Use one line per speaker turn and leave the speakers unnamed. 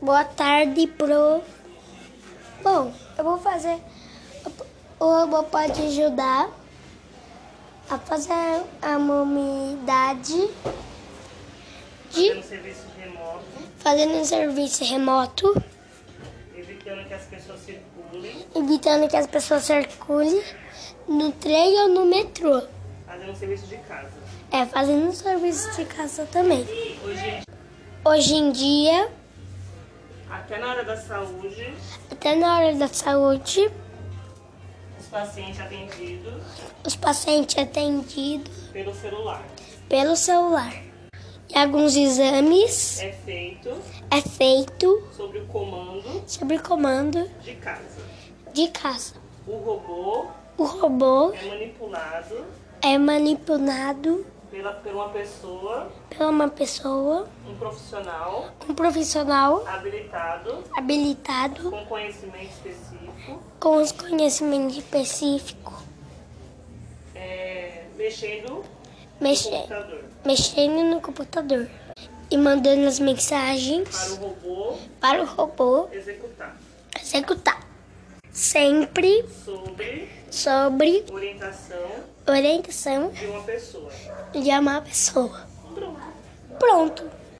Boa tarde, pro. Bom, eu vou fazer. O robô pode ajudar a fazer a mobilidade
fazendo
de
serviço remoto,
fazendo um serviço remoto,
evitando que as pessoas circulem,
evitando que as pessoas circulem no trem ou no metrô.
fazendo serviço de casa.
É, fazendo um serviço de casa também.
Hoje, em dia,
Hoje em dia,
até na hora da saúde,
até na hora da saúde,
os pacientes atendidos
os pacientes atendidos
pelo celular.
pelo celular. E alguns exames
É feito
é feito
sobre o comando
sobre comando
de casa.
de casa.
O robô
O robô
é manipulado
é manipulado
pela, por uma pessoa,
por uma pessoa,
um profissional
um profissional
habilitado
habilitado
com conhecimento específico,
com os conhecimentos específicos,
é, mexendo no
mexe-
computador.
mexendo no computador e mandando as
Para o
mensagens
robô
para o robô
executar.
executar. Sempre
Sobre
sobre
orientação
orientação
de uma pessoa.
de uma pessoa.
Pronto.
Pronto.